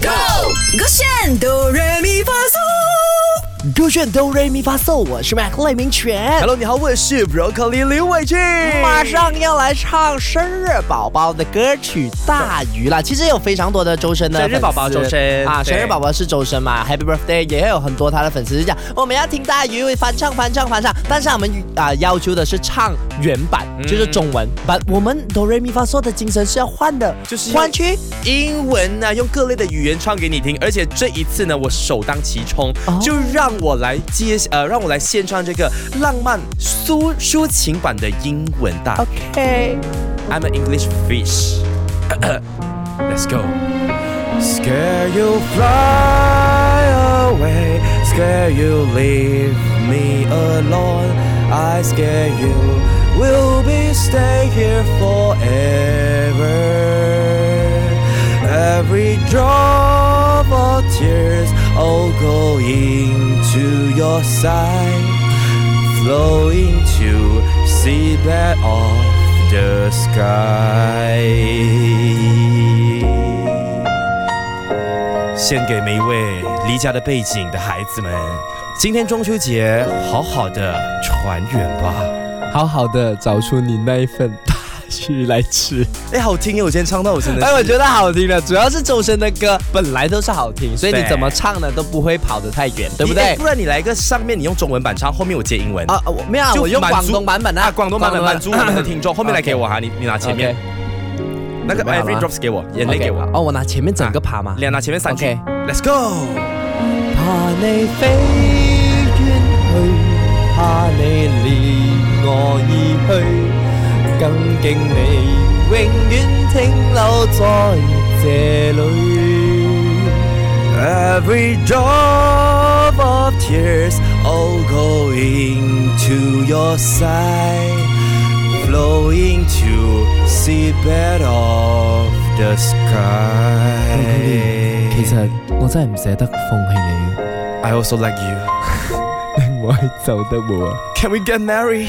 Go！勾选哆瑞咪发嗦，勾选哆瑞咪发嗦，我是 Mac 赖明全。 Hello，你好，我是 Broccoli 刘伟俊。马上要来唱生日宝宝的歌曲《大鱼》啦！其实有非常多的周深的生日宝宝粉丝周深啊，对生日宝宝是周深嘛，Happy Birthday 也有很多他的粉丝是讲我们要听大鱼翻唱翻唱翻唱，但是我们啊、要求的是唱原版，嗯就是中文版。我们哆瑞咪发嗦的精神是要换的，就是换去英文呢、用各类的语言唱给你听，而且这一次呢，我首当其冲，哦就让我来接呃，让我来献唱这个浪漫抒抒情版的英文大 OK。 I'm an English fish. Let's go. Scare you fly away. Scare you leave me alone. I scare you. We'll be stay here forever. Every drop of tears all going to your side flowing to seabed of the sky。献给每一位离家的背景的孩子们，今天中秋节好好的团圆吧。好好的找出你那一份大鱼来吃。哎，好听耶！我今天唱到我真的哎，是我觉得好听的，主要是周深的歌本来都是好听，所以你对怎么唱呢都不会跑得太远，对不你哎对不？然你来个上面你用中文版唱，后面我接英文。啊，我没有啊，就我用满广足东版本啊啊，，广东版本满足我们 的听众，后面来 OK 给我哈，你你拿前面 OK，那个准备好 every 了 drops 给我，眼泪 OK，给我，哦，我拿前面整个爬嘛。两拿前面三句 OK ，Let's go。怕你飛遠去，怕你離我而去，更敬你永遠停留在這裏。 Every drop of tears all going to your side, flowing to seabed of the sky. 其實我真係唔捨得放棄你 I also like you. 嘅， 你唔可以走得我啊！ Can we get married?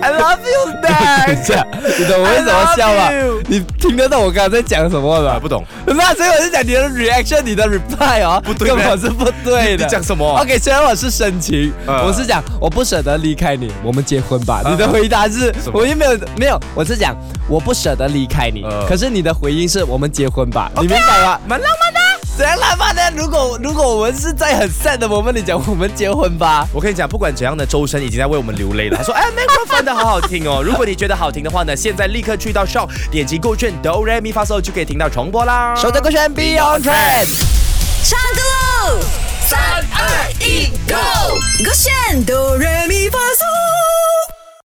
I love you, Dad. 下， 你懂我為什麼笑嗎啊 I love you？你聽得到我刚才在講什么嗎？不懂， 那所以我就讲你的 reaction，你的 reply 哦，不对根本咩是不对的。什么 OK，虽然我是深情，呃我是讲我不舍得离开你，我们结婚吧。啊你的回答是，什么我又没有没有，我是讲我不舍得离开你，呃可是你的回应是我们结婚吧，你明白吗？蛮浪漫的。怎样来吧呢？如果如果我们是在很 sad 的 moment，你讲我们结婚吧，我跟你讲，不管怎样的，周深已经在为我们流泪了。他说：“哎，那个翻的好好听哦。”如果你觉得好听的话呢，现在立刻去到 Shop 点击购券 Do Re Mi Fa So 就可以听到重播啦。守着歌选 Beyond Trend。唱歌喽！三二一，Go！